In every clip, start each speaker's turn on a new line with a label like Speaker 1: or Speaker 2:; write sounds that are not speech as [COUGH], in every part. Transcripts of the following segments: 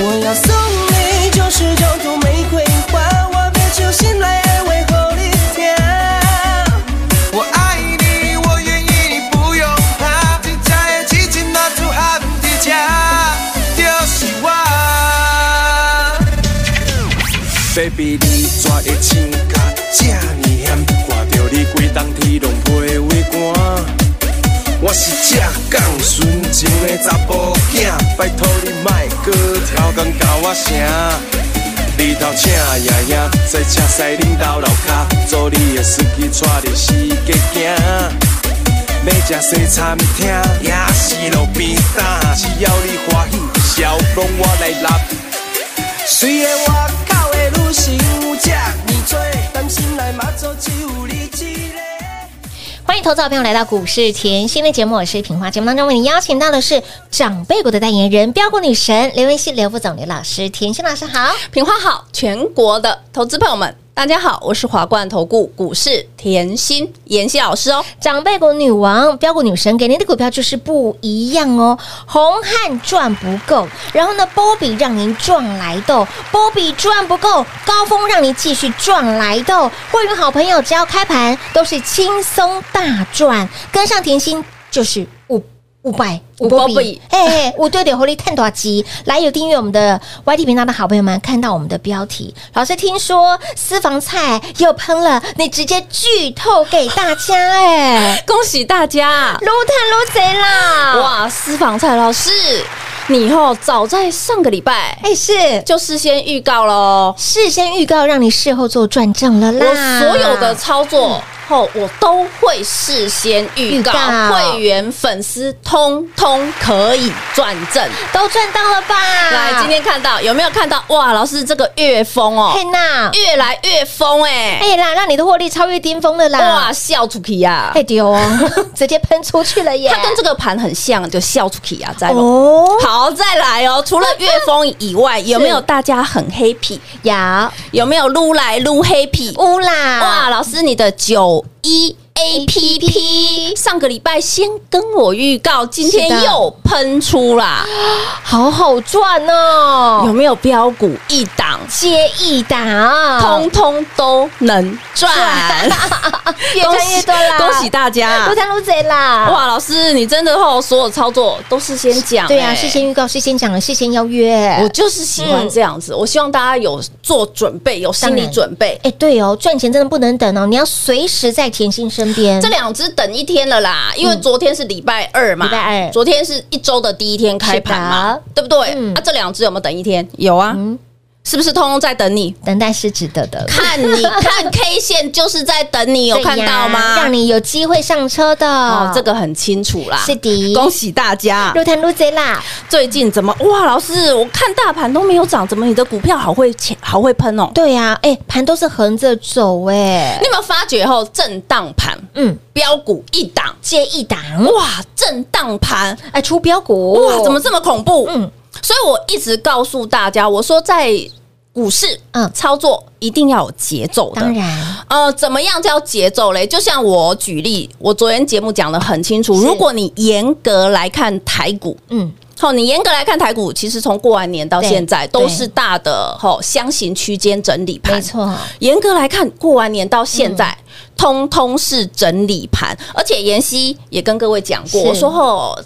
Speaker 1: 我要送你九十九朵玫瑰花，我别求信来安慰后一天。我爱你，我愿意，你不用怕，你在激情那土喊的家，就是我。
Speaker 2: Baby，你怎会穿甲这呢险？看着你规冬天拢被畏寒。我是浙江纯情的查甫囝，拜托你莫搁超工甲我声。日头请爷爷，赛车驶恁兜楼骹，做你的司机带你四界行。要食西餐厅，也是路边摊，只要你欢喜，笑拢我来揽。
Speaker 1: 虽然外口的女性有这呢多，但心内嘛做只有你一个。
Speaker 3: 欢迎投资好朋友来到股市甜心的节目，我是平花。节目当中为您邀请到的是长辈股的代言人标股女神刘文熙、刘副总、刘老师、甜心老师好。
Speaker 4: 品花好，全国的投资朋友们，大家好，我是华冠投顾股市甜心妍希老师哦。
Speaker 3: 长辈股女王、标股女神给您的股票就是不一样哦，红汉赚不够，然后呢，波比让您赚来豆，波比赚不够，高峰让您继续赚来豆。会员好朋友只要开盘都是轻松大赚，跟上甜心就是五五百
Speaker 4: 五波比
Speaker 3: 哎哎，我对点活力探多机，来有订阅我们的 YT 频道的好朋友们，看到我们的标题，老师听说私房菜又喷了，你直接剧透给大家哎、
Speaker 4: 恭喜大家！
Speaker 3: 撸探撸贼啦！哇，
Speaker 4: 哇，私房菜老师，你哦，早在上个礼拜
Speaker 3: 哎、是
Speaker 4: 就事先预告喽，
Speaker 3: 事先预告，让你事后做转正了啦。
Speaker 4: 我所有的操作后，我都会事先预告
Speaker 3: 预，告
Speaker 4: 会员粉丝通通可以赚正。
Speaker 3: 都赚到了吧？
Speaker 4: 来，今天看到有没有看到？哇，老师这个越疯哦，
Speaker 3: 佩娜，
Speaker 4: 越来越疯哎、
Speaker 3: 哎啦，让你的获利超越巅峰了啦！
Speaker 4: 哇，，笑出去呀、
Speaker 3: 太丢哦， [LAUGHS] 直接喷出去了耶！
Speaker 4: 它跟这个盘很像，就笑出去啊，在咯。
Speaker 3: 哦，
Speaker 4: 好，再来
Speaker 3: [LAUGHS]
Speaker 4: 哦。除了月风以外，有没有大家很 happy？
Speaker 3: 呀，
Speaker 4: 有没有撸来撸 happy？
Speaker 3: 乌啦，
Speaker 4: 哇，老师，你的九一 A P P 上个礼拜先跟我预告，今
Speaker 3: 是的
Speaker 4: 天又喷出啦，
Speaker 3: 好好赚
Speaker 4: 有
Speaker 3: 哦，
Speaker 4: 没有标股一档，
Speaker 3: 接一档，
Speaker 4: 通通都能赚？
Speaker 3: [LAUGHS] 越赚越多啦！
Speaker 4: 恭喜大家！
Speaker 3: [LAUGHS] 撸探撸贼啦！
Speaker 4: 哇，老师，你真的哦，所有操作都事先讲、
Speaker 3: 对啊，
Speaker 4: 哎
Speaker 3: 事先预告，事先讲了，事先邀约。
Speaker 4: 我就是喜欢这样子，我希望大家有做准备，有心
Speaker 3: 当
Speaker 4: 理
Speaker 3: 然
Speaker 4: 准备。
Speaker 3: 哎，对哦，赚钱真的不能等哦，你要随时在甜心身边。
Speaker 4: 这两只等一天了啦，因为昨天是礼拜二嘛，
Speaker 3: 嗯礼拜二
Speaker 4: 昨天是一周的第一天开盘嘛
Speaker 3: 是的，
Speaker 4: 对不对？
Speaker 3: 嗯
Speaker 4: 啊，这两只有没有等一天？有啊，是不是通通在等你？
Speaker 3: 等待是值得的。[LAUGHS]
Speaker 4: 看你看 K 线就是在等你，有看
Speaker 3: 对呀
Speaker 4: 到吗？
Speaker 3: 让你有机会上车的。
Speaker 4: 哦，这个很清楚啦。
Speaker 3: 是的
Speaker 4: 恭喜大家！
Speaker 3: 路探路贼啦，
Speaker 4: 最近怎么哇，老师，我看大盘都没有涨，怎么你的股票好会钱好会喷哦？
Speaker 3: 对呀、哎、盘都是横着走哎、
Speaker 4: 你有没有发觉后震荡盘，
Speaker 3: 嗯，
Speaker 4: 标股一档，
Speaker 3: 接一档，
Speaker 4: 哇，震荡盘，
Speaker 3: 哎，出标股，
Speaker 4: 哇，怎么这么恐怖？
Speaker 3: 嗯，
Speaker 4: 所以我一直告诉大家，我说在股市，
Speaker 3: 嗯
Speaker 4: 嗯，操作一定要有节奏的。
Speaker 3: 当然，
Speaker 4: 呃，怎么样叫节奏嘞？就像我举例，我昨天节目讲的很清楚，
Speaker 3: 是
Speaker 4: 如果你严格来看台股。
Speaker 3: 嗯，
Speaker 4: 好，你严格来看台股，其实从过完年到
Speaker 3: 对
Speaker 4: 现在
Speaker 3: 对
Speaker 4: 都是大的吼箱型区间整理盘，
Speaker 3: 没错，
Speaker 4: 严格来看，过完年到现在，
Speaker 3: 嗯
Speaker 4: 通通是整理盘，而且妍希也跟各位讲过，
Speaker 3: 是
Speaker 4: 我说吼。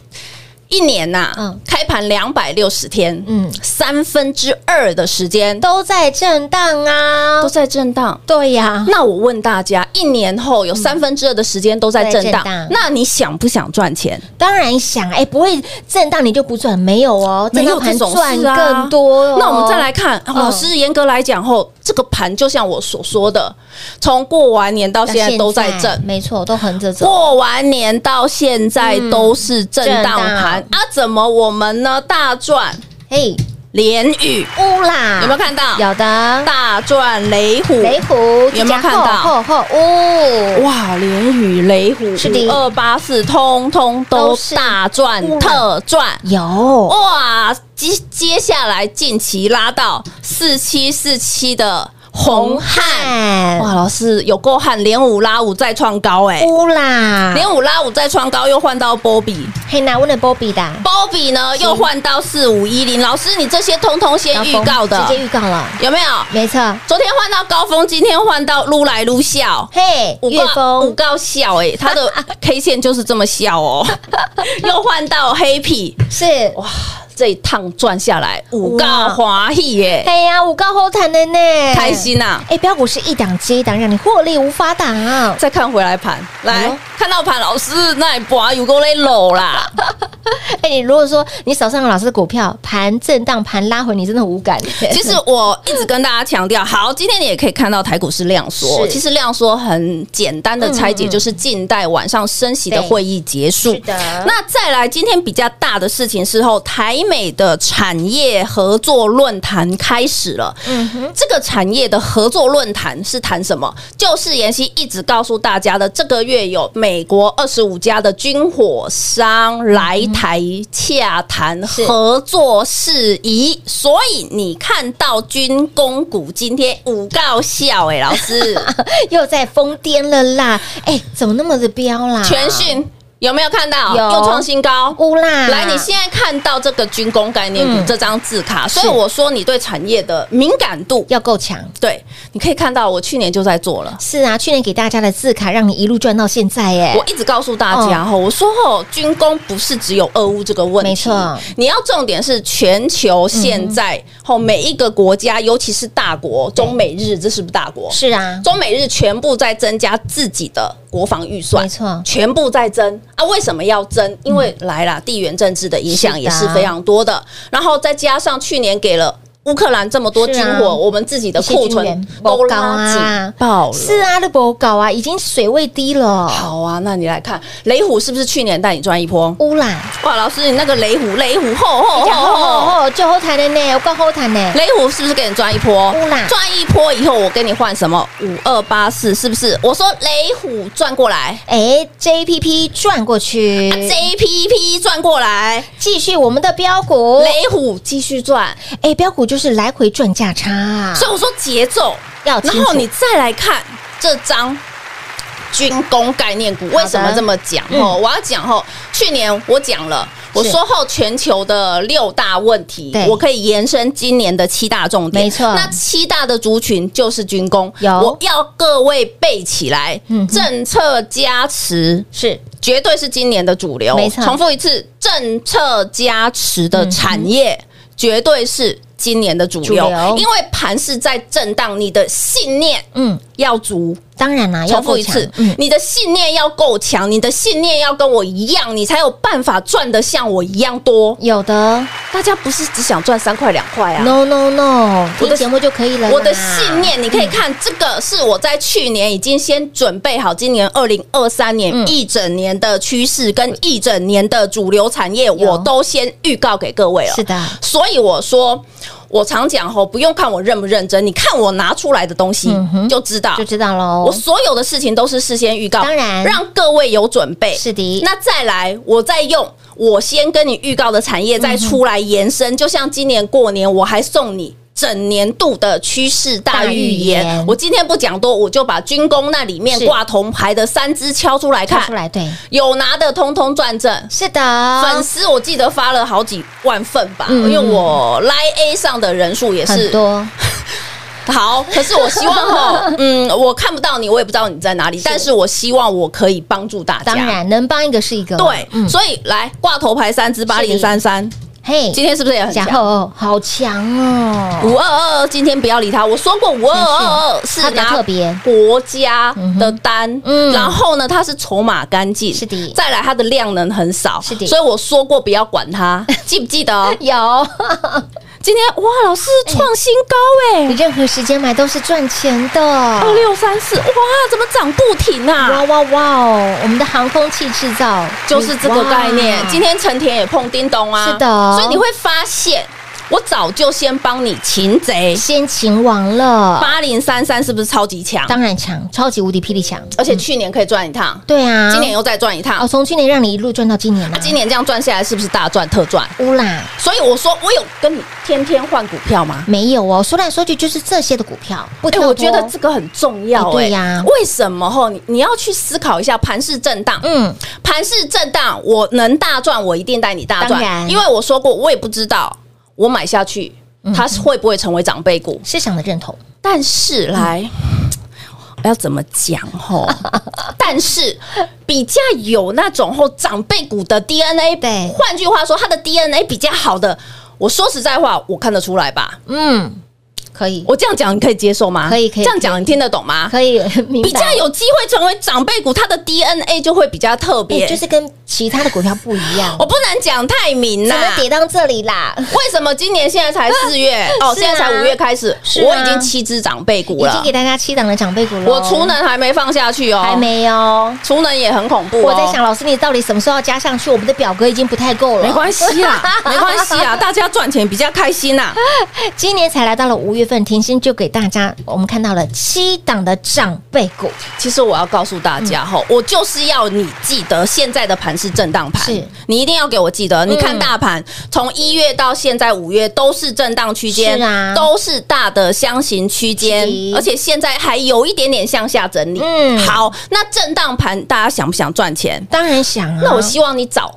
Speaker 4: 一年呐、
Speaker 3: 嗯
Speaker 4: 开盘两百六十天，
Speaker 3: 嗯
Speaker 4: 嗯，三分之二的时间都
Speaker 3: 都在震荡啊
Speaker 4: 都，在震荡。
Speaker 3: 对呀、
Speaker 4: 那我问大家，一年后有三分之二的时间都在震荡
Speaker 3: 嗯在震荡，
Speaker 4: 那你想不想赚钱？
Speaker 3: 当然想，哎、不会震荡你就不赚，没有哦，震
Speaker 4: 没
Speaker 3: 荡
Speaker 4: 有这
Speaker 3: 盘
Speaker 4: 种
Speaker 3: 赚
Speaker 4: 事啊
Speaker 3: 更多、哦
Speaker 4: 那我们再来看，啊
Speaker 3: 嗯
Speaker 4: 老师严格来讲后，这个盘就像我所说的，从过完年到
Speaker 3: 到
Speaker 4: 现在都在震，
Speaker 3: 没错，都横着走，
Speaker 4: 过完年到现在都是震荡
Speaker 3: 嗯
Speaker 4: 盘、
Speaker 3: 震
Speaker 4: 啊，怎么我们呢大赚？
Speaker 3: 嘿，
Speaker 4: 联宇
Speaker 3: 乌啦，
Speaker 4: 啊有没有看到？
Speaker 3: 有的，
Speaker 4: 大赚雷虎，
Speaker 3: 雷虎
Speaker 4: 有没有看到
Speaker 3: 厚厚乌，
Speaker 4: 哇，联宇、雷虎、
Speaker 3: 是的
Speaker 4: 二八四，通通
Speaker 3: 都
Speaker 4: 都
Speaker 3: 是
Speaker 4: 大赚特赚。
Speaker 3: 有
Speaker 4: 哇，接接下来近期拉到四七四七的红汉，
Speaker 3: 汉
Speaker 4: 哇，老师有够汉，连五拉五再创高哎、
Speaker 3: 乌啦，
Speaker 4: 连五拉五再创高，又换到波比，
Speaker 3: 嘿哪问的波比的，
Speaker 4: 波比呢又换到四五一零。老师，你这些通通先预告的
Speaker 3: 直，接预告了，
Speaker 4: 有没有？
Speaker 3: 没错，
Speaker 4: 昨天换到高峰，今天换到撸来撸笑，
Speaker 3: 嘿，
Speaker 4: 五
Speaker 3: 岳
Speaker 4: 告五
Speaker 3: 峰
Speaker 4: 告笑哎、它
Speaker 3: [LAUGHS]
Speaker 4: 的 K 线就是这么笑哦。又换到黑皮，
Speaker 3: 是，
Speaker 4: 哇，这一趟赚下来五告华裔耶、
Speaker 3: 哎呀，五高后谈的呢，
Speaker 4: 开。心呐、啊！
Speaker 3: 哎，标股是一档接一档，让你获利无法挡。
Speaker 4: 再看回来盘，来、
Speaker 3: 哎呦
Speaker 4: 看到盘，老师那你把有够累搂啦，
Speaker 3: [LAUGHS] 哎，你如果说你手上有老师的股票盘震荡盘拉回，你真的无感。
Speaker 4: [LAUGHS] 其实我一直跟大家强调，好，今天你也可以看到台股是量缩。
Speaker 3: 是嗯
Speaker 4: 其实量缩很简单的拆解，就是近代晚上升息的
Speaker 3: 对
Speaker 4: 会议结束。
Speaker 3: 是的
Speaker 4: 那再来，今天比较大的事情是后台美的产业合作论坛开始了。
Speaker 3: 嗯哼，
Speaker 4: 这个产业的合作论坛是谈什么？就是妍希一直告诉大家的，这个月有美国二十五家的军火商来台洽谈
Speaker 3: 是
Speaker 4: 合作事宜，所以你看到军工股今天五告笑哎、
Speaker 3: [LAUGHS]
Speaker 4: 老师
Speaker 3: [LAUGHS] 又在疯癫了啦！哎，怎么那么的飙啦？
Speaker 4: 全讯有没有看到？
Speaker 3: 有
Speaker 4: 又创新高。
Speaker 3: 乌啦！
Speaker 4: 来，你现在看到这个军工概念股
Speaker 3: 啊嗯
Speaker 4: 这张字卡，所以
Speaker 3: 是
Speaker 4: 我说你对产业的敏感度，
Speaker 3: 要够强。
Speaker 4: 对，你可以看到我去年就在做了。
Speaker 3: 是啊，去年给大家的字卡，让你一路赚到现在耶
Speaker 4: 我。一直告诉大家哈，我说吼，军工不是只有俄乌这个问题，
Speaker 3: 嗯没错嗯
Speaker 4: 你要重点是全球现在吼每一个国家，尤其是大国，中美日这是不是大国？
Speaker 3: 是啊，
Speaker 4: 中美日全部在增加自己的国防预算，
Speaker 3: 没错
Speaker 4: 全部在增啊！为什么要增？因为来啦，地缘政治的影响
Speaker 3: 是的
Speaker 4: 也是非常多的，然后再加上去年给了。乌克兰这么多
Speaker 3: 是啊
Speaker 4: 军火，我们自己的库
Speaker 3: 一些军
Speaker 4: 存
Speaker 3: 援
Speaker 4: 都
Speaker 3: 不高
Speaker 4: 拉
Speaker 3: 啊
Speaker 4: 紧爆了。
Speaker 3: 是啊，都不搞啊，已经水位低了。
Speaker 4: 好啊，那你来看雷虎是不是去年带你赚一波？
Speaker 3: 乌啦，
Speaker 4: 哇，老师，你那个雷虎，雷虎吼吼
Speaker 3: 讲
Speaker 4: 吼
Speaker 3: 后
Speaker 4: 吼，
Speaker 3: 后就后台的呢，我挂后台呢。
Speaker 4: 雷虎是不是给你赚一波
Speaker 3: 呼啦？
Speaker 4: 赚一波以后，我跟你换什么五二八四，是不是？我说雷虎转过来、
Speaker 3: 哎，JPP 转过去，
Speaker 4: 啊、，JPP 转过来，
Speaker 3: 继续我们的标股。
Speaker 4: 雷虎继续赚，
Speaker 3: 哎，标股就是来回赚价差啊，
Speaker 4: 所以我说节奏
Speaker 3: 要清
Speaker 4: 然
Speaker 3: 楚
Speaker 4: 后你再来看这张军工概念股，为什么这么讲？
Speaker 3: 嗯
Speaker 4: 哦，我要讲哦，去年我讲了，我说后全球的六大问题
Speaker 3: 对，
Speaker 4: 我可以延伸今年的七大重点。
Speaker 3: 没错
Speaker 4: 那七大的族群就是军工，
Speaker 3: 有
Speaker 4: 我要各位背起来
Speaker 3: 嗯，哼
Speaker 4: 政策加持。
Speaker 3: 是
Speaker 4: 绝对是今年的主流。
Speaker 3: 没错
Speaker 4: 重复一次，政策加持的产业、
Speaker 3: 嗯
Speaker 4: 绝对是今年的主流，
Speaker 3: 主流
Speaker 4: 因为盘是在震荡，你的信念
Speaker 3: 嗯，
Speaker 4: 要足。
Speaker 3: 当然啦，要
Speaker 4: 重复
Speaker 3: 够
Speaker 4: 一
Speaker 3: 强
Speaker 4: 次，
Speaker 3: 嗯，
Speaker 4: 你的信念要够强，你的信念要跟我一样，你才有办法赚得像我一样多。
Speaker 3: 有的
Speaker 4: 大家不是只想赚三块两块啊。
Speaker 3: ，no no no，
Speaker 4: 我的
Speaker 3: 听节目就可以了啦。
Speaker 4: 我的信念，你可以看，这个是我在去年已经先准备好，今年二零二三年
Speaker 3: 嗯
Speaker 4: 一整年的趋势跟一整年的主流产业，我都先预告给各位了。
Speaker 3: 是的，
Speaker 4: 所以我说，我常讲吼，不用看我认不认真，你看我拿出来的东西
Speaker 3: 嗯哼
Speaker 4: 就知道
Speaker 3: 就。知道喽。
Speaker 4: 我所有的事情都是事先预告，
Speaker 3: 当然
Speaker 4: 让各位有准备。
Speaker 3: 是的
Speaker 4: 那再来，我再用我先跟你预告的产业
Speaker 3: 嗯
Speaker 4: 再出来延伸，就像今年过年我还送你。整年度的趋势大预言，
Speaker 3: 大预言
Speaker 4: 我今天不讲多，我就把军工那里面
Speaker 3: 是
Speaker 4: 挂铜牌的三只敲出来
Speaker 3: 跳
Speaker 4: 看
Speaker 3: 出，来，对，
Speaker 4: 有拿的通通转正。
Speaker 3: 是的，
Speaker 4: 粉丝我记得发了好几万份吧，
Speaker 3: 啊嗯
Speaker 4: 因为我 Line A 上的人数也是
Speaker 3: 很多，
Speaker 4: 好，可是我希
Speaker 3: [LAUGHS]
Speaker 4: 望哈，嗯，我看不到你，我也不知道你在哪里，但是我希望我可以帮助大家。
Speaker 3: 当然能帮一个是一个。
Speaker 4: 对，
Speaker 3: 嗯，
Speaker 4: 所以来挂头牌三支八零三三，
Speaker 3: 嘿，
Speaker 4: 今天是不是也很
Speaker 3: 假
Speaker 4: 强？
Speaker 3: 后好强哦，
Speaker 4: 五二二二，今天不要理他。我说过，五二二二
Speaker 3: 它
Speaker 4: 是
Speaker 3: 比较
Speaker 4: 拿
Speaker 3: 特别
Speaker 4: 国家的单，
Speaker 3: 嗯
Speaker 4: 然后呢，它是筹码干净，
Speaker 3: 是的
Speaker 4: 再来，它的量能很少，
Speaker 3: 是的
Speaker 4: 所以我说过不要管它，记不记
Speaker 3: [LAUGHS]
Speaker 4: 得哦？
Speaker 3: 有
Speaker 4: 今天哇，老师创新高
Speaker 3: 你
Speaker 4: 哎，
Speaker 3: 任何时间买都是赚钱的
Speaker 4: 二。哦六三四，哇，怎么涨不停啊？
Speaker 3: 哇哇哇哦！我们的航空器制造
Speaker 4: 就是这个概念
Speaker 3: 哇。
Speaker 4: 今天成田也碰叮咚啊，
Speaker 3: 是的
Speaker 4: 所以你会发现。我早就先帮你擒贼。
Speaker 3: 先秦王了，
Speaker 4: 八零三三是不是超级强？
Speaker 3: 当然强，超级无敌霹雳强，
Speaker 4: 而且去年可以赚一趟，
Speaker 3: 对啊，
Speaker 4: 今年又再赚一趟
Speaker 3: 哦，，从去年让你一路赚到今年了、
Speaker 4: 那今年这样赚下来是不是大赚特赚？
Speaker 3: 乌啦
Speaker 4: 所以我说，我有跟你天天换股票吗？
Speaker 3: 没有哦，说来说去就是这些的股票，不
Speaker 4: 哎、
Speaker 3: 挑、
Speaker 4: 我觉得这，个很重要
Speaker 3: 哎
Speaker 4: 哎、
Speaker 3: 对呀
Speaker 4: 为什么吼？你你要去思考一下盘市震荡，
Speaker 3: 嗯，
Speaker 4: 盘市震荡，我能大赚，我一定带你大
Speaker 3: 当
Speaker 4: 赚，
Speaker 3: 然
Speaker 4: 因为我说过，我也不知道我买下去
Speaker 3: 嗯
Speaker 4: 它是会不会成为长辈股，
Speaker 3: 市场的认同，
Speaker 4: 但是
Speaker 3: [LAUGHS]
Speaker 4: 来。我要怎么讲吼？ [LAUGHS] 但是比较有那种吼长辈股的 DNA，
Speaker 3: 对
Speaker 4: 换句话说，它的 DNA 比较好的，我说实在话，我看得出来吧？
Speaker 3: 嗯，可以，
Speaker 4: 我这样讲你可以接受吗？
Speaker 3: 可以可以
Speaker 4: 这样讲你听得懂吗？
Speaker 3: 可以 [LAUGHS] 明白，
Speaker 4: 比较有机会成为长辈股，它的 DNA 就会比较特
Speaker 3: 哎、
Speaker 4: 别。
Speaker 3: 就是跟其他的股票不一样
Speaker 4: 我，不能讲太明
Speaker 3: 怎
Speaker 4: 啦、
Speaker 3: 么跌到这里啦？
Speaker 4: 为什么今年现在才
Speaker 3: [LAUGHS]
Speaker 4: 四月？哦，
Speaker 3: 是啊
Speaker 4: 现在才五月开始，
Speaker 3: 是啊
Speaker 4: 我已经七只长辈股
Speaker 3: 已经
Speaker 4: 了
Speaker 3: 给。大家七档的长辈股了，
Speaker 4: 我储能还没放下去哦，
Speaker 3: 还，没哦。
Speaker 4: 储能也很恐怖、哦。
Speaker 3: 我在想，，老师，你到底什么时候要加上去？我们的表格已经不太够了。
Speaker 4: 没关系啊，
Speaker 3: [LAUGHS]
Speaker 4: 没关系啊，大家赚钱比较开心呐、
Speaker 3: 今年才来到了五月份，甜心就给大家我们看到了七档的长辈股，
Speaker 4: 其实我要告诉大
Speaker 3: 嗯
Speaker 4: 家吼，我就是要你记得现在的盘是震荡盘
Speaker 3: 是，嗯
Speaker 4: 你一定要给我记得。你看大盘从一月到现在五月都是震荡区间，
Speaker 3: 是啊
Speaker 4: 都是大的箱型区间
Speaker 3: 是，
Speaker 4: 而且现在还有一点点向下整理。
Speaker 3: 嗯
Speaker 4: 好，那震荡盘大家想不想赚钱？
Speaker 3: 当然想啊。
Speaker 4: 那我希望你找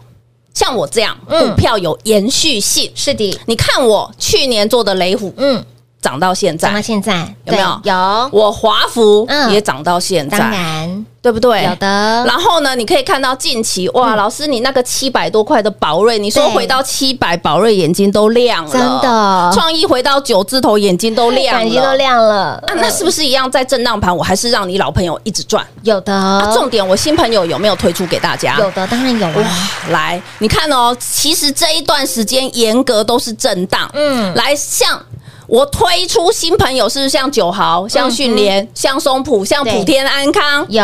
Speaker 4: 像我这样
Speaker 3: 嗯
Speaker 4: 股票有延续性。
Speaker 3: 是的，
Speaker 4: 你看我去年做的雷虎
Speaker 3: 嗯，
Speaker 4: 涨到现
Speaker 3: 涨到
Speaker 4: 在，
Speaker 3: 现在
Speaker 4: 有没有
Speaker 3: 对有，
Speaker 4: 我华孚
Speaker 3: 嗯
Speaker 4: 也涨到现
Speaker 3: 当
Speaker 4: 在，
Speaker 3: 然
Speaker 4: 对不对？
Speaker 3: 有的。嗯
Speaker 4: 然后呢，你可以看到近期哇，老师，你那个七百多块的宝瑞，你说
Speaker 3: 对
Speaker 4: 回到七百，宝瑞眼睛都亮了，
Speaker 3: 真的
Speaker 4: 创意回到九字头，眼睛都亮了，
Speaker 3: 眼睛都亮了，呃
Speaker 4: 啊，那是不是一样在震荡盘，我还是让你老朋友一直赚？
Speaker 3: 有的，
Speaker 4: 啊，重点我新朋友有没有推出给大家？
Speaker 3: 哦有的当然有
Speaker 4: 哇
Speaker 3: 啊，，
Speaker 4: 来，你看哦，其实这一段时间严格都是震荡，
Speaker 3: 嗯
Speaker 4: 嗯，来像。我推出新朋友是不是像九豪、像迅联、像松浦、像
Speaker 3: 嗯对
Speaker 4: 普天安康？
Speaker 3: 有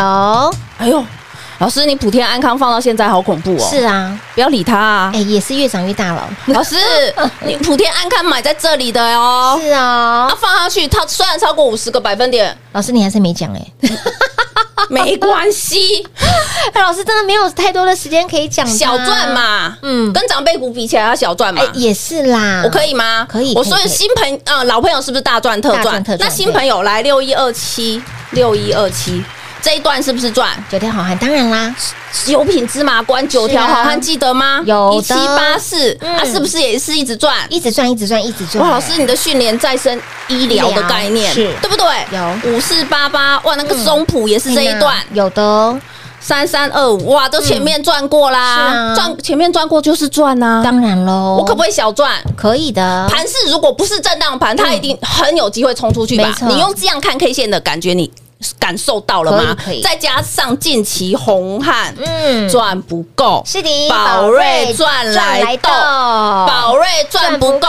Speaker 4: 哎呦，老师，你普天安康放到现在好恐怖哦！
Speaker 3: 是啊，
Speaker 4: 不要理他啊
Speaker 3: 哎，！也是越长越大了，[LAUGHS]
Speaker 4: 老师，你普天安康买在这里的哦，
Speaker 3: 是啊
Speaker 4: 啊，，放上去，它虽然超过五十个百
Speaker 3: [LAUGHS]
Speaker 4: 分点，
Speaker 3: 老师你还是没讲哎， [LAUGHS]
Speaker 4: 没关系，
Speaker 3: 老师真的没有太多的时间可以讲它
Speaker 4: 小赚，嘛，
Speaker 3: 嗯
Speaker 4: 嗯，跟长辈股比起来，它小赚嘛
Speaker 3: 哎，。也是啦，
Speaker 4: 我可以吗？
Speaker 3: 可以
Speaker 4: 我
Speaker 3: 可以
Speaker 4: 所有
Speaker 3: 可以
Speaker 4: 新朋呃老朋友是不是大赚特
Speaker 3: 大赚
Speaker 4: 赚
Speaker 3: 特？赚
Speaker 4: 那新朋友来六一二七六一二七这一段是不是赚？
Speaker 3: 九天好汉，当然啦，
Speaker 4: 有品芝麻官九条好汉记得吗？
Speaker 3: 啊有
Speaker 4: 一
Speaker 3: 的
Speaker 4: 七八四
Speaker 3: 嗯
Speaker 4: 啊，是不是也是一直赚？
Speaker 3: 一直赚，一直赚，一直赚。
Speaker 4: 哇，老师，你的训练再生医疗的概念，
Speaker 3: 医疗是
Speaker 4: 对不对？
Speaker 3: 有
Speaker 4: 五四八八，哇，那个松浦也是这一
Speaker 3: 哎
Speaker 4: 段
Speaker 3: 呀，有的哦，
Speaker 4: 三三二五，哇，都前面赚过
Speaker 3: 是啊
Speaker 4: 啦，赚前面赚过就是赚啊。
Speaker 3: 当然哦喽。
Speaker 4: 我可不
Speaker 3: 可以？
Speaker 4: 可以小赚？
Speaker 3: 可以的，
Speaker 4: 盘势如果不是震荡盘，它一定很有机会冲出去
Speaker 3: 没
Speaker 4: 吧？
Speaker 3: 错
Speaker 4: 你用这样看 K 线的感觉，你感受到了吗
Speaker 3: 可以可以？
Speaker 4: 再加上近期红汉
Speaker 3: 嗯
Speaker 4: 赚不够，
Speaker 3: 是的，
Speaker 4: 宝瑞赚来斗，宝瑞赚不够，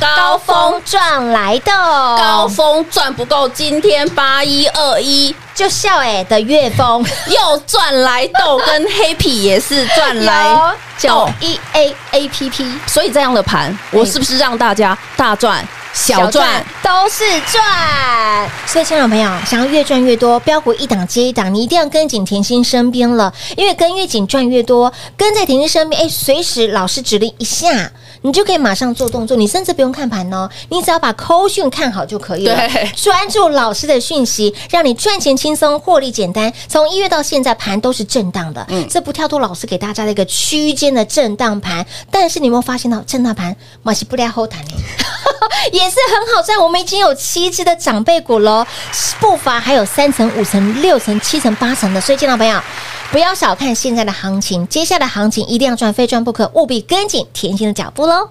Speaker 4: 高峰
Speaker 3: 赚来的，
Speaker 4: 高峰赚不够，今天八一二一
Speaker 3: 就笑哎的乐风
Speaker 4: 又赚来豆，跟 Happy 也是赚来
Speaker 3: 九
Speaker 4: 豆，
Speaker 3: 一 A A P P
Speaker 4: 所以这样的盘，我是不是让大家大赚小赚？
Speaker 3: 都是赚，所以，亲爱的朋友，想要越赚越多，标股一档接一档，你一定要跟紧甜心身边了，因为跟越紧赚越多，跟在甜心身边，哎，随时老师指令一下，你就可以马上做动作，你甚至不用看盘哦，你只要把扣讯看好就可以了
Speaker 4: 对，
Speaker 3: 专注老师的讯息，让你赚钱轻松，获利简单。从一月到现在，盘都是震荡的，这不跳脱老师给大家的一个区间的震荡盘，但是你有没有发现到震荡盘马西不拉后谈呢？也是很好赚。我们已经有七只的长辈股喽，不乏还有三层、五层、六层、七层、八层的。所以，见到朋友，不要小看现在的行情，接下来行情一定要赚，非赚不可，务必跟紧甜心的脚步喽。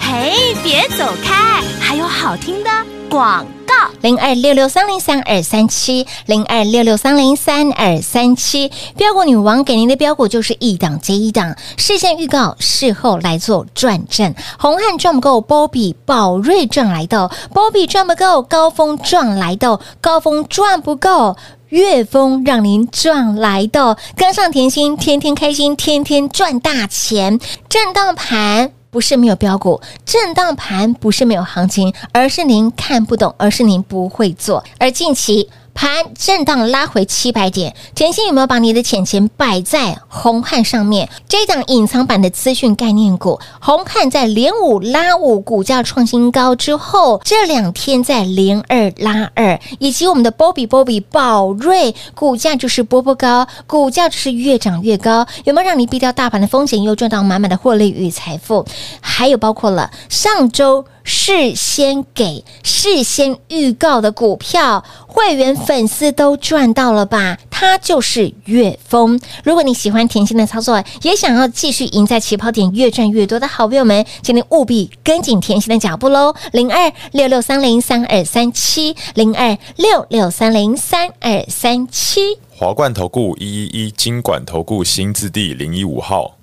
Speaker 5: 嘿，别走开，还有好听的广告。
Speaker 3: 零二六六三零三二三七，零二六六三零三二三七。标股女王给您的标股就是一档接一档，事先预告，事后来做转正。红汉赚不够，波比宝瑞赚来的，波比赚不够，高峰赚来的，高峰赚不够。乐风让您赚来的，跟上甜心，天天开心，天天赚大钱。震荡盘。不是没有标股，震荡盘不是没有行情，而是您看不懂，而是您不会做。而近期。盘震荡拉回七百点，甜心有没有把你的钱钱摆在红汉上面？这一档隐藏版的资讯概念股，红汉在连五拉五，股价创新高之后，这两天在连二拉二，以及我们的 Bobby Bobby 宝瑞，股价就是波波高，股价就是越涨越高，有没有让你避掉大盘的风险，又赚到满满的获利与财富？还有包括了上周。事先给、事先预告的股票，会员粉丝都赚到了吧？它就是越丰。如果你喜欢甜心的操作，也想要继续赢在起跑点，越赚越多的好朋友们，请您务必跟紧甜心的脚步喽！零二六六三零三二三七，零二六六三零三二三七。
Speaker 6: 华冠投顾一一一金管投顾新字第零一五号，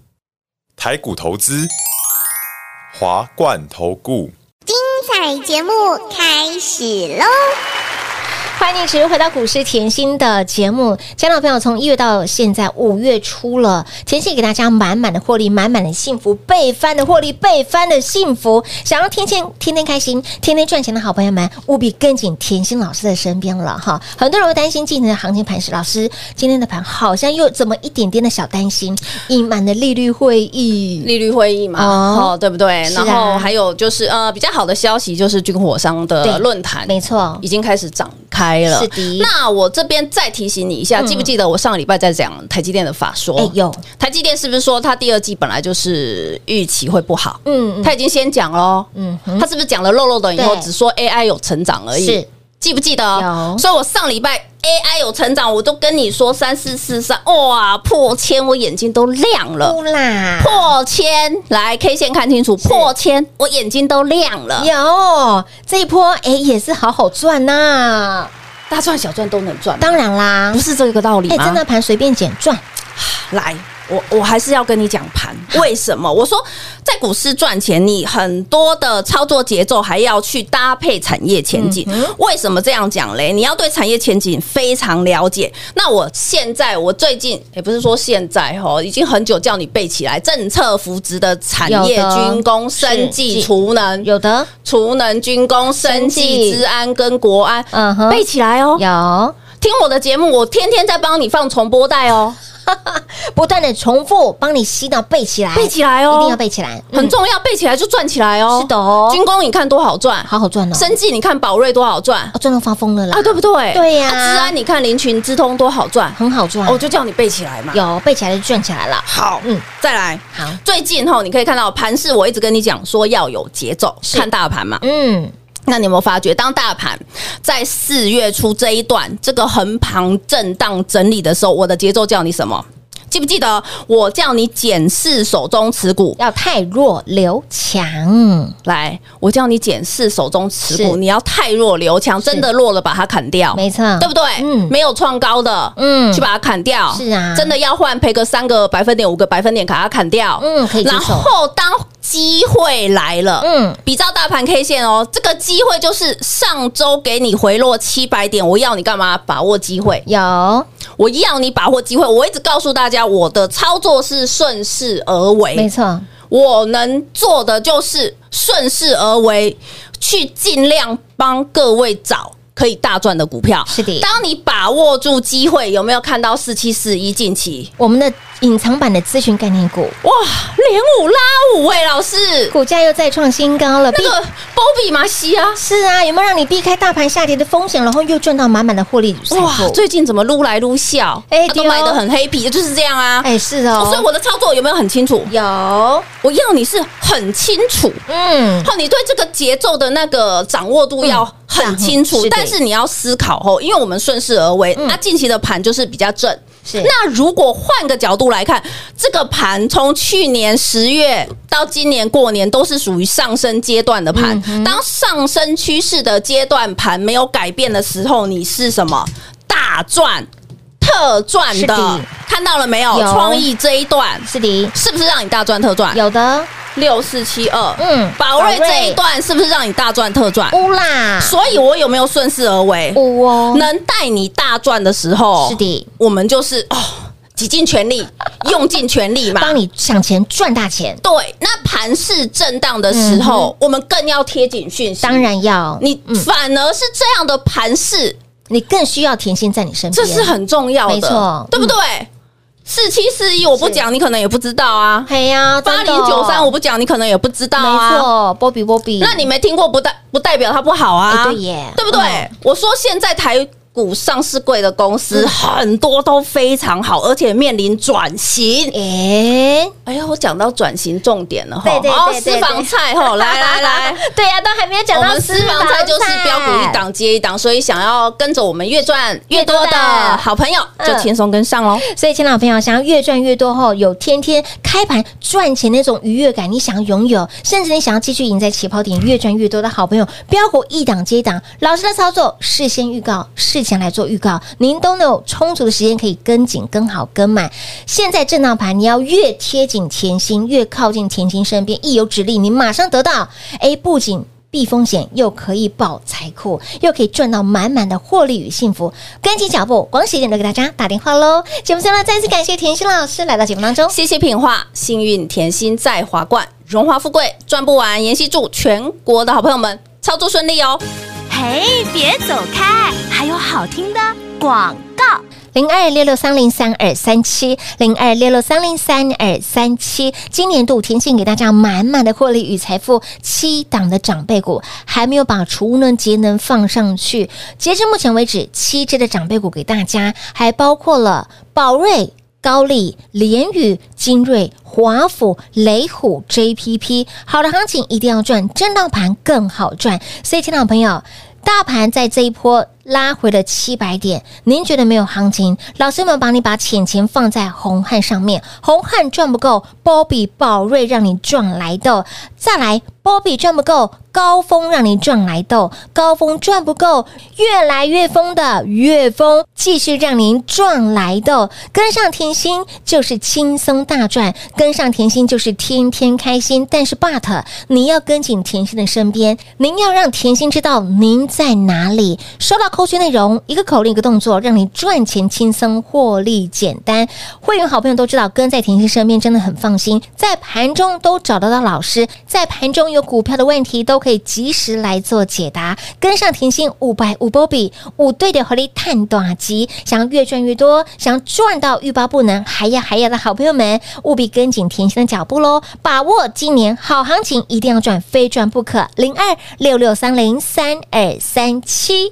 Speaker 6: 台股投资，华冠投顾。
Speaker 7: 彩节目开始喽！
Speaker 3: 欢迎你持续回到股市甜心的节目，亲爱的朋友，从一月到现在五月初了，甜心给大家满满的获利，满满的幸福，倍翻的获利，倍翻的幸福。想要天天天天开心，天天赚钱的好朋友们，务必跟紧甜心老师的身边了哈。很多人会担心今天的行情盘是老师今天的盘好像又怎么一点点的小担心，隐瞒的利率会议，
Speaker 4: 利率会议嘛，
Speaker 3: 哦
Speaker 4: 哦，对不对？
Speaker 3: 是啊
Speaker 4: 然后还有就是呃，比较好的消息就是军火商
Speaker 3: 对
Speaker 4: 的论坛
Speaker 3: 没错
Speaker 4: 已，经开始展开了。
Speaker 3: 是的
Speaker 4: 那我这边再提醒你一下，记不记得我上个礼拜在讲台积电的法说？
Speaker 3: 哎有，
Speaker 4: 台积电是不是说它第二季本来就是预期会不好？
Speaker 3: 嗯嗯
Speaker 4: 他已经先讲喽，
Speaker 3: 嗯
Speaker 4: 嗯
Speaker 3: 哼，
Speaker 4: 他是不是讲了漏漏的以后
Speaker 3: 对，
Speaker 4: 只说 AI 有成长而已？
Speaker 3: 是，
Speaker 4: 记不记得？哦
Speaker 3: 有
Speaker 4: 所以我上礼拜 AI 有成长，我都跟你说三四四三，哇，破千，我眼睛都亮了。
Speaker 3: 呼啦，
Speaker 4: 破千，来 K 线看清楚，破千，我眼睛都亮了。
Speaker 3: 有这一波哎也是好好赚啊呐、
Speaker 4: 大赚小赚都能赚，
Speaker 3: 当然啦，
Speaker 4: 不是这啊个道理
Speaker 3: 哎、
Speaker 4: 吗？
Speaker 3: 真的盘随便捡赚，
Speaker 4: 来，我我还是要跟你讲盘，为什么？我说在股市赚钱，你很多的操作节奏还要去搭配产业前景。
Speaker 3: 嗯
Speaker 4: 为什么这样讲嘞？你要对产业前景非常了解。那我现在，我最近也不是说现在哈，已经很久叫你背起来政策扶植的产业、
Speaker 3: 有的
Speaker 4: 军工、
Speaker 3: 是
Speaker 4: 生技、
Speaker 3: 是
Speaker 4: 储能、
Speaker 3: 有的，
Speaker 4: 储能、军工、生
Speaker 3: 生技
Speaker 4: 技、治安跟国安。
Speaker 3: 嗯哼，
Speaker 4: 背起来哦！
Speaker 3: 有
Speaker 4: 听我的节目，我天天在帮你放重播带哦，
Speaker 3: 不断的重复帮你洗脑背起来，
Speaker 4: 背起来哦，
Speaker 3: 一定要背起来，
Speaker 4: 很
Speaker 3: 嗯
Speaker 4: 重要，背起来就赚起来哦。
Speaker 3: 是的哦
Speaker 4: 军工你看多好赚，
Speaker 3: 好好赚哦，
Speaker 4: 生计你看宝瑞多好赚
Speaker 3: 哦赚到发疯了啦，
Speaker 4: 啊，对不对？
Speaker 3: 对呀
Speaker 4: 啊治安你看林群之通多好赚，哦
Speaker 3: 很好赚，
Speaker 4: 我就叫你背起来嘛。
Speaker 3: 有背起来就赚起来了，
Speaker 4: 好，
Speaker 3: 嗯
Speaker 4: 嗯，再来。
Speaker 3: 好，
Speaker 4: 最近吼，你可以看到盘市，我一直跟你讲说要有节奏，看大盘嘛。
Speaker 3: 嗯，
Speaker 4: 那你有没有发觉，当大盘在四月初这一段这个横盘震荡整理的时候，我的节奏叫你什么？记不记得我叫你检视手中持股？
Speaker 3: 要太弱留强，
Speaker 4: 来，我叫你检视手中持股，
Speaker 3: 是
Speaker 4: 你要太弱留强，真的弱了把它砍掉，
Speaker 3: 没错，
Speaker 4: 对不对？
Speaker 3: 嗯
Speaker 4: 没有创高的，
Speaker 3: 嗯
Speaker 4: 去把它砍掉。
Speaker 3: 是啊
Speaker 4: 真的要换赔个三个百分点、五个百分点，把它砍掉。
Speaker 3: 嗯可以接受
Speaker 4: 然后当机会来了，
Speaker 3: 嗯
Speaker 4: 嗯，比照大盘 K 线哦，这个机会就是上周给你回落七百点，我要你干嘛？把握机
Speaker 3: 嗯
Speaker 4: 会，
Speaker 3: 有
Speaker 4: 我要你把握机会。我一直告诉大家，我的操作是顺势而为，
Speaker 3: 没错，
Speaker 4: 我能做的就是顺势而为，去尽量帮各位找。可以大赚的股票
Speaker 3: 是的
Speaker 4: 当你把握住机会，有没有看到四七四一近期
Speaker 3: 我们的隐藏版的咨询概念股
Speaker 4: 哇，连五拉五哎、老师，
Speaker 3: 股价又再创新高了，
Speaker 4: 那
Speaker 3: 避
Speaker 4: 个波比马西啊，
Speaker 3: 是啊，有没有让你避开大盘下跌的风险，然后又赚到满满的获利与财
Speaker 4: 哇
Speaker 3: 富，？
Speaker 4: 最近怎么撸来撸笑，
Speaker 3: 哎
Speaker 4: 他都
Speaker 3: 对哦
Speaker 4: 买的很黑皮，就是这样啊。
Speaker 3: 哎，是哦，
Speaker 4: 所以我的操作有没有很清楚？
Speaker 3: 有，
Speaker 4: 我要你是很清楚，
Speaker 3: 嗯，
Speaker 4: 好，你对这个节奏的那个掌握度要很清
Speaker 3: 嗯
Speaker 4: 楚，
Speaker 3: 是的嗯
Speaker 4: 但是你要思考哦，因为我们顺势而为，那近期的盘就是比较正。
Speaker 3: 是
Speaker 4: 那如果换个角度来看，这个盘从去年十月到今年过年都是属于上升阶段的
Speaker 3: 嗯
Speaker 4: 盘。当上升趋势的阶段盘没有改变的时候，你是什么大赚特赚
Speaker 3: 是的
Speaker 4: 的？看到了没有？
Speaker 3: 有
Speaker 4: 创意这一段
Speaker 3: 是的，
Speaker 4: 是不是让你大赚特赚？
Speaker 3: 有的
Speaker 4: 六四七二，
Speaker 3: 嗯
Speaker 4: 嗯，宝
Speaker 3: 宝瑞
Speaker 4: 瑞这一段是不是让你大赚特赚？
Speaker 3: 乌啦，
Speaker 4: 所以，我有没有顺势而为？
Speaker 3: 哦乌哦，
Speaker 4: 能带你大赚的时候，
Speaker 3: 是的，
Speaker 4: 我们就是哦。几尽全力，用尽全力嘛。
Speaker 3: 帮你抢钱赚大钱，
Speaker 4: 对，那盘势震荡的时候，我们更要贴紧讯
Speaker 3: 嗯
Speaker 4: 息。
Speaker 3: 当，然要嗯
Speaker 4: 你反而是这样的盘势，
Speaker 3: 你更需要甜心在你身边，
Speaker 4: 这是很重要的，
Speaker 3: 没错
Speaker 4: 对不对？四七四一我不讲，你可能也不知道啊。
Speaker 3: 嘿呀，
Speaker 4: 八
Speaker 3: 真的
Speaker 4: 零
Speaker 3: 哦
Speaker 4: 九三我不讲，你可能也不知道啊。
Speaker 3: 没错，波比波比，
Speaker 4: 那你没听过不代不代表它不好啊，
Speaker 3: 嗯哎对耶
Speaker 4: 对不对？
Speaker 3: 嗯
Speaker 4: 我说现在台股上市贵的公司很多都非常好，而且面临转型。
Speaker 3: 哎，
Speaker 4: 哎呀，我讲到转型重点了哈，
Speaker 3: 对对对
Speaker 4: 哦，
Speaker 3: 对
Speaker 4: 私
Speaker 3: 对
Speaker 4: 房
Speaker 3: [LAUGHS]
Speaker 4: 菜哈，来来来。
Speaker 3: 对呀，都还没有讲
Speaker 4: 我
Speaker 3: 到
Speaker 4: 们私房菜就是标股一档接一档，所以想要跟着我们越赚越多
Speaker 3: 越多
Speaker 4: 的
Speaker 3: 的
Speaker 4: 好朋友，
Speaker 3: 嗯
Speaker 4: 就轻松跟上喽。
Speaker 3: 所以，亲老朋友，想要越赚越多后，有天天开盘赚钱那种愉悦感，你想要拥有，甚至你想要继续赢在起跑点，越赚越多的好朋友，标股一档接一档，老师的操作事先预告，事前来做预告，您都能有充足的时间可以跟紧、跟好、跟满。现在震荡盘，你要越贴紧甜心，越靠近甜心身边，一有指令，你马上得到。哎，不仅避风险，又可以保财库，又可以赚到满满的获利与幸福。跟紧脚步，光喜点都给大家打电话喽！节目最后呢，再次感谢甜心老师来到节目当中。
Speaker 4: 谢谢品画，幸运甜心在华冠，荣华富贵赚不完。妍希祝全国的好朋友们操作顺利哦。
Speaker 5: 嘿，别走开，还有好听的广告。
Speaker 3: 零二六六三零三二三七，零二六六三零三二三七。今年度甜心给大家满满的获利与财富，七档的长辈股还没有把储能节能放上去。截至目前为止，七只的长辈股给大家，还包括了宝瑞。高丽、联宇、精锐、华府、雷虎、JPP，好的行情一定要赚，震荡盘更好赚。所以，听众朋友，大盘在这一波拉回了七百点，您觉得没有行情？老师们帮你把钱钱放在红汉上面，红汉赚不够，波比宝瑞让你赚来的，再来波比赚不够，高峰让你赚来豆，高峰赚不够，越来越疯的越疯，继续让您赚来豆。跟上甜心就是轻松大赚，跟上甜心就是天天开心。但是，but 你要跟紧甜心的身边，您要让甜心知道您在哪里。收到扣讯内容，一个口令一个动作，让你赚钱轻松，获利简单。会员好朋友都知道，跟在甜心身边真的很放心，在盘中都找得到老师，在盘中有股票的问题都可以及时来做解答。跟上甜心五百五波比五对的合力探短期，想要越赚越多，想要赚到欲罢不能，还要还要的好朋友们，务必跟紧甜心的脚步喽，把握今年好行情，一定要赚，非赚不可。零二六六三零三二三七。